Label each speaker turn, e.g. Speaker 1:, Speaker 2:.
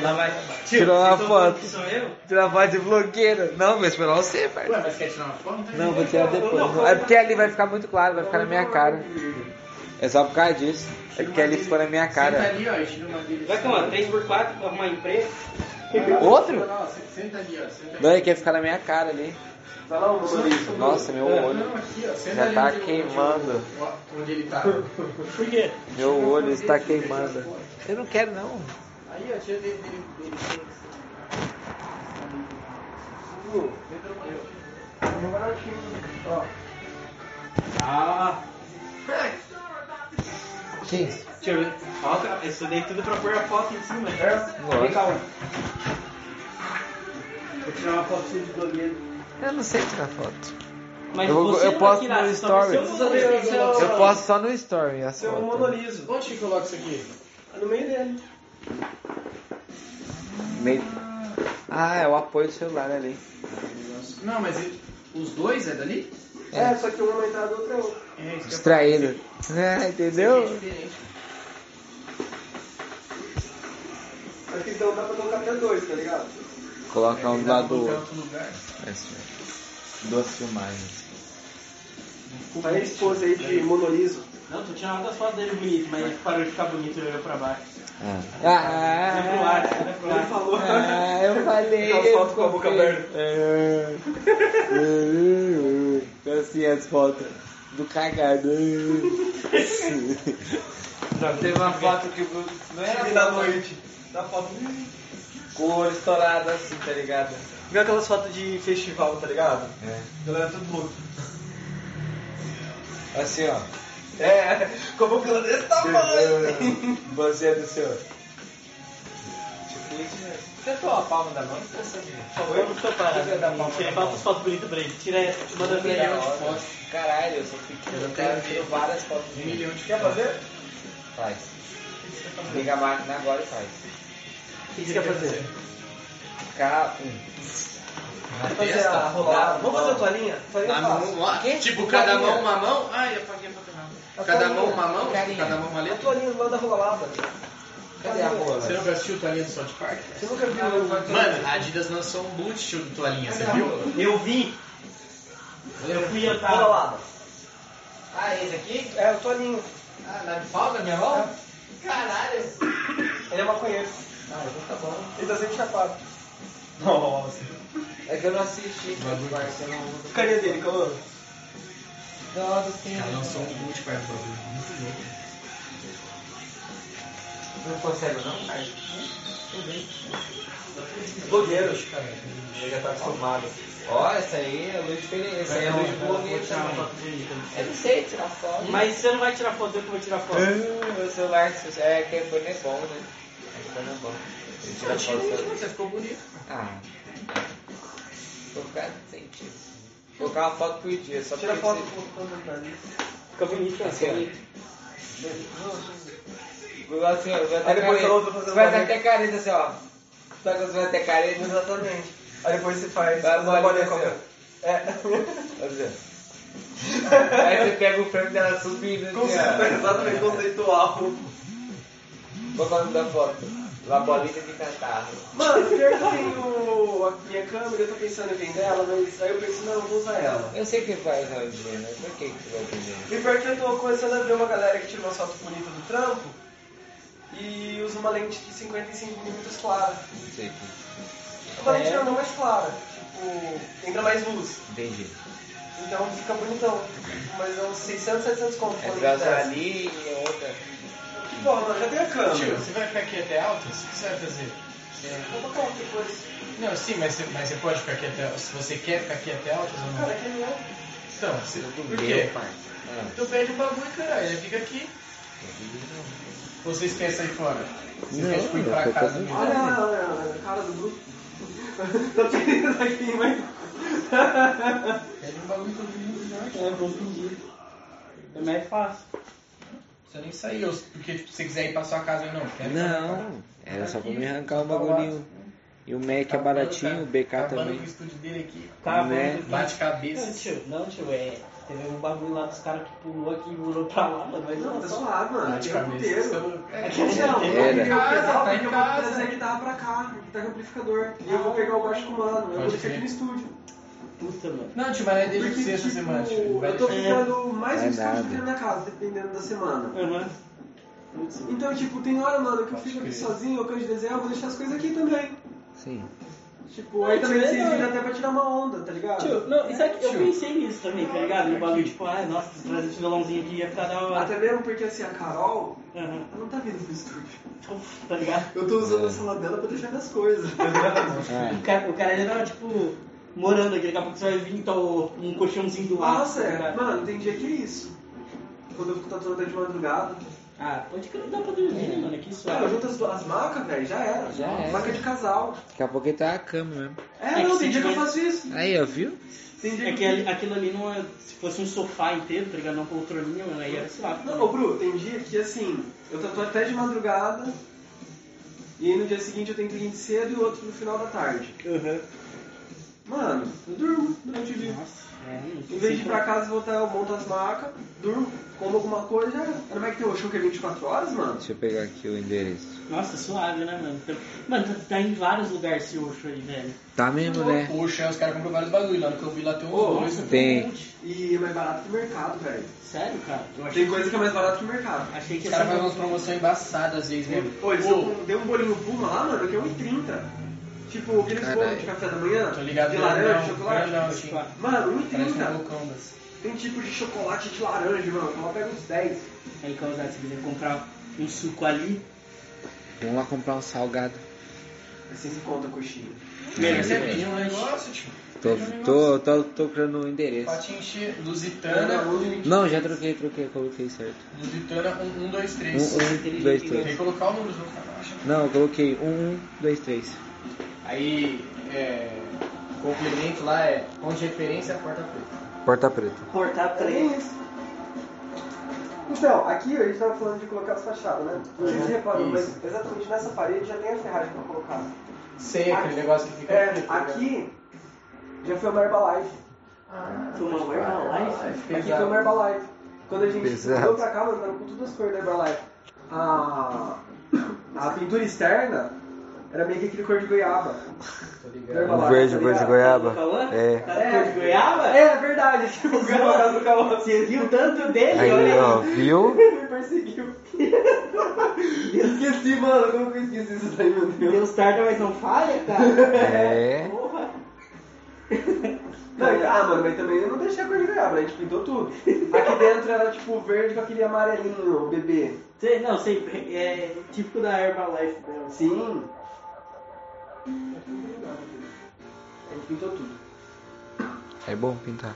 Speaker 1: Lá vai. Tio,
Speaker 2: Tirou uma
Speaker 1: vocês tão falando
Speaker 2: foto.
Speaker 1: que Sou eu?
Speaker 2: Tirar foto de blogueiro. Não, vou esperar você,
Speaker 1: Ué,
Speaker 2: parça.
Speaker 1: mas quer tirar uma foto? Então
Speaker 2: Não, vou tirar depois. Não, É porque ali vai ficar muito claro, vai ficar na minha cara. É só por causa disso. É porque ali ficou na minha
Speaker 3: Senta
Speaker 2: cara.
Speaker 3: ali, ó, e tira uma dele.
Speaker 4: Vai com uma 3x4 pra arrumar emprego.
Speaker 2: Outro?
Speaker 3: Não, não, senta ali, ó. Senta ali.
Speaker 2: Não, ele quer ficar na minha cara ali.
Speaker 3: Vai lá, o Rodolfo.
Speaker 2: Nossa, meu
Speaker 3: Não,
Speaker 2: olho.
Speaker 3: aqui, ó. Senta
Speaker 2: Já
Speaker 3: ali
Speaker 2: tá
Speaker 3: onde-
Speaker 2: queimando.
Speaker 3: Onde, onde ele tá.
Speaker 4: Por quê?
Speaker 2: Meu olho está queimando. Eu não quero, não.
Speaker 3: Aí, ó, tira dele. dele, dele.
Speaker 1: Ah,
Speaker 2: Quem?
Speaker 1: deixa eu ver. Foto, eu estudei tudo pra pôr a foto em cima. né?
Speaker 3: É,
Speaker 2: Nossa.
Speaker 3: Vou tirar uma foto sua de blogueiro.
Speaker 2: Eu não sei tirar foto.
Speaker 4: Mas
Speaker 2: Eu vou-
Speaker 4: você
Speaker 2: eu
Speaker 4: não
Speaker 2: posto
Speaker 4: vai tirar,
Speaker 2: no
Speaker 4: você só vai ser
Speaker 2: stories.
Speaker 4: um modelo.
Speaker 2: Eu posso só no story as
Speaker 3: é um
Speaker 1: Seu
Speaker 2: fotos.
Speaker 1: monoliso.
Speaker 3: Onde que coloca isso aqui?
Speaker 1: No meio dele.
Speaker 2: Meio- Ah, é o apoio do celular ali.
Speaker 3: Não, mas ele- os dois é dali?
Speaker 2: É,
Speaker 1: só que uma na entrada, outra é outra.
Speaker 3: É, isso que
Speaker 2: Distraído. É,
Speaker 3: eu-
Speaker 2: entendeu?
Speaker 3: é diferente.
Speaker 1: Aqui então dá pra colocar até dois, tá ligado?
Speaker 2: Coloca
Speaker 3: é
Speaker 2: um do lado do outro.
Speaker 3: Outro lugar.
Speaker 2: Duas filmagens.
Speaker 1: Aí a esposa aí de monoliso.
Speaker 4: Não, tô tirando as fotos dele bonito, mas ele parou de ficar bonito e olhou pra baixo. Vai pro
Speaker 2: Ah,
Speaker 4: lado, vai pro
Speaker 1: Ele
Speaker 4: lado.
Speaker 1: falou.
Speaker 2: ah, eu falei.
Speaker 1: Aquelas
Speaker 2: eu
Speaker 1: fotos com a boca
Speaker 2: comprei.
Speaker 1: aberta.
Speaker 2: É. É, é, é. assim as fotos do cagado.
Speaker 1: Teve uma foto que não era da noite. Da foto
Speaker 2: Com o olho estourado assim, tá ligado?
Speaker 1: Viu aquelas fotos de festival, tá ligado?
Speaker 2: É.
Speaker 1: Galera tudo louco.
Speaker 2: Assim, ó.
Speaker 1: É, com a boca lá desse tamanho. assim.
Speaker 2: Você é do seu.
Speaker 1: Você tua a palma da mão?
Speaker 3: então
Speaker 4: Por favor, eu não tô parado. Tirei várias fotos bonitas pra ele. Tira essa, manda pra ele.
Speaker 2: Caralho, eu sou pequeno. Eu quero tiro várias fotos de mim.
Speaker 3: Onde quer fazer?
Speaker 2: Faz. Liga a máquina agora e faz.
Speaker 4: O que você quer fazer?
Speaker 2: K1.
Speaker 1: Vamos fazer a rolada. Vamos fazer a toalhinha? Toalhinha
Speaker 3: Na
Speaker 1: fácil.
Speaker 3: mão, ó.
Speaker 2: Quê?
Speaker 3: Tipo,
Speaker 2: Que
Speaker 3: cada
Speaker 2: carinha?
Speaker 3: mão uma mão. Ai, apaguei, apaguei.
Speaker 1: A
Speaker 3: Cada
Speaker 1: carinha.
Speaker 3: mão uma mão?
Speaker 2: Carinha.
Speaker 3: Cada mão uma
Speaker 1: A
Speaker 3: letra?
Speaker 1: toalhinha do lado da rolada.
Speaker 2: Cadê a rola?
Speaker 3: Você nunca assistiu Toalhinha do South Park?
Speaker 1: Você nunca um- viu o...
Speaker 3: Mano, a Adidas lançou um boot show de toalhinha, você viu?
Speaker 4: Eu vi, eu fui entrar.
Speaker 1: Rolada.
Speaker 3: Ah, esse aqui?
Speaker 1: É, a toalhinha.
Speaker 3: Ah, na de
Speaker 1: tá
Speaker 3: pau da minha mão? Caralho!
Speaker 1: Ele é maconheiro.
Speaker 3: Ah, então tá bom.
Speaker 1: Ele tá sempre chapado.
Speaker 2: É que eu não assisti. Você não.
Speaker 1: Carinha dele, calma.
Speaker 2: Não, do
Speaker 3: Ela lançou um boot para o bagulho.
Speaker 2: Não consegue, não?
Speaker 1: Blogueiro.
Speaker 2: Ele já tá acostumado. Ó, essa aí é a luz diferente. Essa aí é a luz bonita. mano. Eu não sei tirar foto.
Speaker 4: Mas você não vai tirar foto dele que eu vou tirar foto.
Speaker 2: Ah, O celular é que iPhone é bom, né? iPhone é bom. Ele tira foto.
Speaker 3: Você ficou bonito.
Speaker 2: Ah. Vou ficar sem sentido. Vou colocar uma foto por dia, só
Speaker 1: Tira
Speaker 2: pra
Speaker 1: foto
Speaker 2: você-
Speaker 1: com o nariz.
Speaker 4: Fica bonito, né?
Speaker 2: Assim,
Speaker 4: Fica
Speaker 2: ó.
Speaker 4: bonito.
Speaker 2: Igual assim, ó, vai
Speaker 1: Aí
Speaker 2: até
Speaker 1: depois
Speaker 2: careta.
Speaker 1: eu vou fazer
Speaker 2: Você vai
Speaker 1: uma-
Speaker 2: até careta assim, ó. Sabe quando você vai até careta?
Speaker 1: Exatamente. Aí depois você faz
Speaker 2: Vai,
Speaker 1: uma bolinha
Speaker 2: bolinha
Speaker 1: com a
Speaker 2: assim,
Speaker 1: É.
Speaker 2: Vai dizer. Aí você pega o frame dela subindo assim,
Speaker 1: Conceito,
Speaker 2: ó.
Speaker 1: exatamente conceitual.
Speaker 2: Qual que é o nome da foto? La Bolita de Catarro.
Speaker 1: Mano, pior que eu tenho a minha câmera, eu tô pensando em vender ela, mas aí eu penso, não, eu vou usar ela.
Speaker 2: Eu sei que faz hoje, né? Por que que tu vai
Speaker 1: E
Speaker 2: vender?
Speaker 1: pior que eu tô começando a ver uma galera que tira uma foto bonita do trampo e usa uma lente de 55mm clara.
Speaker 2: Não sei. que-
Speaker 1: Uma lente
Speaker 2: É.
Speaker 1: não, não mais clara, tipo, entra mais luz.
Speaker 2: Entendi.
Speaker 1: Então fica bonitão. Mas é uns 600, 700 conto.
Speaker 2: É
Speaker 1: uma lente
Speaker 2: trazer
Speaker 1: dessa.
Speaker 2: ali e outra.
Speaker 1: Que Porra, mano, já tem a
Speaker 3: Tio,
Speaker 1: câmera.
Speaker 3: você vai ficar aqui até altas? O que você vai fazer?
Speaker 1: Vou botar um uma depois.
Speaker 3: Não, sim, mas você, mas você pode ficar aqui até Se você quer ficar aqui até altas ou
Speaker 1: Cara,
Speaker 3: não?
Speaker 1: aquele é.
Speaker 3: Então, você, por
Speaker 2: Meu
Speaker 3: quê?
Speaker 2: pai. Ah,
Speaker 3: Tu pede o bagulho, caralho. Ele fica aqui. Vocês querem sair fora? Vocês
Speaker 2: Não,
Speaker 3: querem tipo, ir pra
Speaker 2: eu tô
Speaker 3: casa
Speaker 2: fazendo
Speaker 3: minha?
Speaker 1: Olha, olha, olha, olha, cara do Bruno. Tá tirando aqui, mas.
Speaker 3: Pede um bagulho que eu vi muito melhor.
Speaker 4: É, vou pedir. É mais fácil.
Speaker 3: Você nem saiu, porque tipo, se você quiser ir pra sua casa, eu não. Quero
Speaker 2: Não, era só pra me arrancar o bagulhinho. E o Mac é baratinho, o BK
Speaker 3: tá
Speaker 2: também.
Speaker 3: o estúdio dele aqui.
Speaker 4: Tá bom.
Speaker 2: Né?
Speaker 3: Bate cabeça.
Speaker 4: Não, tio, não, tio, é. Teve um bagulho lá dos caras que pulou aqui e pulou pra lá, mano. Mas não,
Speaker 1: Tá
Speaker 4: só
Speaker 1: suado, mano. Aqui é o
Speaker 4: Praticamente.
Speaker 1: inteiro.
Speaker 3: É,
Speaker 4: que assim, ó,
Speaker 1: Não,
Speaker 4: tem
Speaker 1: eu
Speaker 2: Era.
Speaker 1: pedi o pedal,
Speaker 3: Tá em
Speaker 1: porque eu vou
Speaker 3: casa. Ah.
Speaker 1: trazer a guitarra pra cá, a guitarra amplificador. E eu vou pegar o baixo com o mano. Eu vou
Speaker 3: Pode
Speaker 1: deixar aqui
Speaker 3: crer.
Speaker 1: no estúdio.
Speaker 4: Puta, mano.
Speaker 3: Não, tio, mas não é desde
Speaker 1: Porque,
Speaker 3: sexta
Speaker 1: tipo,
Speaker 3: semana, tio. Vai
Speaker 1: eu tô
Speaker 3: deixar-
Speaker 1: ficando mais
Speaker 2: Vai
Speaker 1: um estúdio
Speaker 2: nada.
Speaker 1: que na minha casa, dependendo da semana.
Speaker 4: Aham.
Speaker 1: Então, tipo, tem hora, mano, que eu
Speaker 3: Pode
Speaker 1: fico aqui
Speaker 3: crer.
Speaker 1: sozinho, eu canto de desenho, eu vou deixar as coisas aqui também.
Speaker 2: Sim.
Speaker 1: Tipo, aí também
Speaker 4: tio,
Speaker 1: vocês
Speaker 4: é
Speaker 1: viram
Speaker 4: doido.
Speaker 1: até pra tirar uma onda, tá ligado?
Speaker 4: Tio, não, isso aqui, eu
Speaker 3: Tio.
Speaker 4: pensei nisso também, tá ligado? No bagulho, tipo, ah, nossa, se trazer esse violãozinho aqui ia ficar da hora.
Speaker 1: Até mesmo porque, assim, a Carol,
Speaker 4: Aham.
Speaker 1: ela não tá vindo pro estúdio.
Speaker 4: Uf, Tá ligado?
Speaker 1: Eu tô usando a sala dela pra deixar minhas coisas, tá ligado?
Speaker 4: O
Speaker 2: Ah,
Speaker 4: cara, o cara já tava, tipo, morando aqui, daqui a pouco você vai vir então um colchãozinho do lado.
Speaker 1: Nossa,
Speaker 4: tá
Speaker 1: é.
Speaker 4: ligado?
Speaker 1: Mano, tem dia que é isso. Quando eu fico tatuando até de madrugada.
Speaker 4: Ah, pode crer, dá pra dormir, né, mano, aqui
Speaker 1: É. Cara, eu
Speaker 4: suave.
Speaker 1: junto as, as macas, velho, já era.
Speaker 2: Já era.
Speaker 1: Maca de casal.
Speaker 2: Daqui a pouco ele tá na cama mesmo.
Speaker 1: É,
Speaker 4: É que
Speaker 1: não,
Speaker 4: se
Speaker 1: tem dia que eu
Speaker 4: tivesse-
Speaker 1: faço isso.
Speaker 2: Aí, ó, viu?
Speaker 1: Tem dia
Speaker 4: É que ali- aquilo ali não é, se fosse um sofá inteiro, tá ligado, uma poltroninha, mano, aí era suave.
Speaker 1: Não, ô Bru, tem dia que assim, eu tatuo até de madrugada, e aí no dia seguinte eu tenho cliente cedo e outro no final da tarde.
Speaker 4: Aham.
Speaker 1: Mano, eu durmo durante o dia.
Speaker 4: Nossa, é, não sei
Speaker 1: Em vez
Speaker 4: se
Speaker 1: de ir pra casa e voltar, eu monto as macas, durmo, como alguma coisa, já era. Não é que tem o show que é 24 horas, mano?
Speaker 2: Deixa eu pegar aqui o endereço.
Speaker 4: Nossa, suave, né, mano? Então- Mano, tá, tá em vários lugares esse Osho aí, velho.
Speaker 2: Tá mesmo, né?
Speaker 3: Poxa, os caras compram vários bagulho lá no que eu vi lá tem uns
Speaker 1: Ô,
Speaker 3: dois.
Speaker 4: Nossa,
Speaker 2: tem.
Speaker 4: um monte.
Speaker 1: E é mais barato que o mercado, velho.
Speaker 4: Sério, cara? Eu achei,
Speaker 1: Tem coisa que é mais barato que o mercado.
Speaker 4: achei que
Speaker 3: Os caras
Speaker 4: essa-
Speaker 3: fazem umas promoções embaçadas às vezes mesmo.
Speaker 1: Pô, eles
Speaker 3: Ô,
Speaker 1: dão um- deu um bolinho Puma lá, mano, que é 1,30. Tipo, aqueles
Speaker 2: Caralho.
Speaker 1: bolos de café da manhã,
Speaker 3: Tô tá ligado,
Speaker 1: de
Speaker 3: grandão,
Speaker 1: laranja, de chocolate.
Speaker 3: grandão, assim.
Speaker 1: Mano,
Speaker 3: Parece um
Speaker 1: 1,30.
Speaker 3: bocão das-
Speaker 1: Tem tipo de chocolate de laranja, mano. Ela pega uns 10.
Speaker 4: Aí, causar, se quiser comprar um suco ali,
Speaker 2: Vamos lá comprar um salgado.
Speaker 1: É 100 conta, coxinha.
Speaker 4: melhor você
Speaker 2: é.
Speaker 4: pedir um lanche.
Speaker 3: Nossa, tipo,
Speaker 2: Tô, tô, tô, tô criando o endereço.
Speaker 3: patinha encher, Lusitana,
Speaker 1: um
Speaker 2: Não, já troquei, troquei, coloquei certo.
Speaker 3: Lusitana 1, 2,
Speaker 2: Um,
Speaker 3: 3.
Speaker 2: um, dois,
Speaker 3: Tem que
Speaker 2: três.
Speaker 3: colocar o número no canal, acho.
Speaker 2: Não, eu coloquei um, um, dois, três.
Speaker 3: Aí, é, o complemento lá é ponto de referência, porta preta.
Speaker 2: Porta preta.
Speaker 4: Cortar
Speaker 1: É
Speaker 4: três.
Speaker 1: isso. Então, aqui a gente tava falando de colocar as fachadas, né? Não sei se reparou, mas exatamente nessa parede já tem a ferragem pra colocar.
Speaker 3: Sei, aquele negócio que fica
Speaker 1: É,
Speaker 3: preto, né?
Speaker 1: aqui já foi uma Herbalife.
Speaker 4: Tomar uma Herbalife?
Speaker 1: Aqui foi
Speaker 3: tá
Speaker 1: uma Herbalife. Quando a gente
Speaker 2: Pesado.
Speaker 1: mudou pra cá, mano, tava com todas as cores da Herbalife. A, a pintura externa era meio que aquele cor de goiaba.
Speaker 3: Tô
Speaker 1: da
Speaker 3: ligado.
Speaker 1: Herbalife, tá ligado?
Speaker 2: Um goiaba.
Speaker 4: Cauã?
Speaker 2: É.
Speaker 4: Tá com cor de goiaba?
Speaker 1: É, é verdade. O cara do calor.
Speaker 4: Você viu tanto dele,
Speaker 2: Aí,
Speaker 4: olha
Speaker 2: ó,
Speaker 4: aí.
Speaker 2: viu?
Speaker 1: me perseguiu. esqueci, mano. Como que eu esqueci isso daí, meu Deus?
Speaker 4: Deus tarda, mas não falha, cara.
Speaker 2: É.
Speaker 4: Porra.
Speaker 1: Não, e- ah, mano, mas também eu não deixei a cor de goiaba, a gente pintou tudo. Aqui dentro era tipo verde com aquele amarelinho, bebê.
Speaker 4: Sei- não, sei, é típico da Herbalife dela.
Speaker 1: Sim. A gente pintou tudo.
Speaker 2: É bom pintar.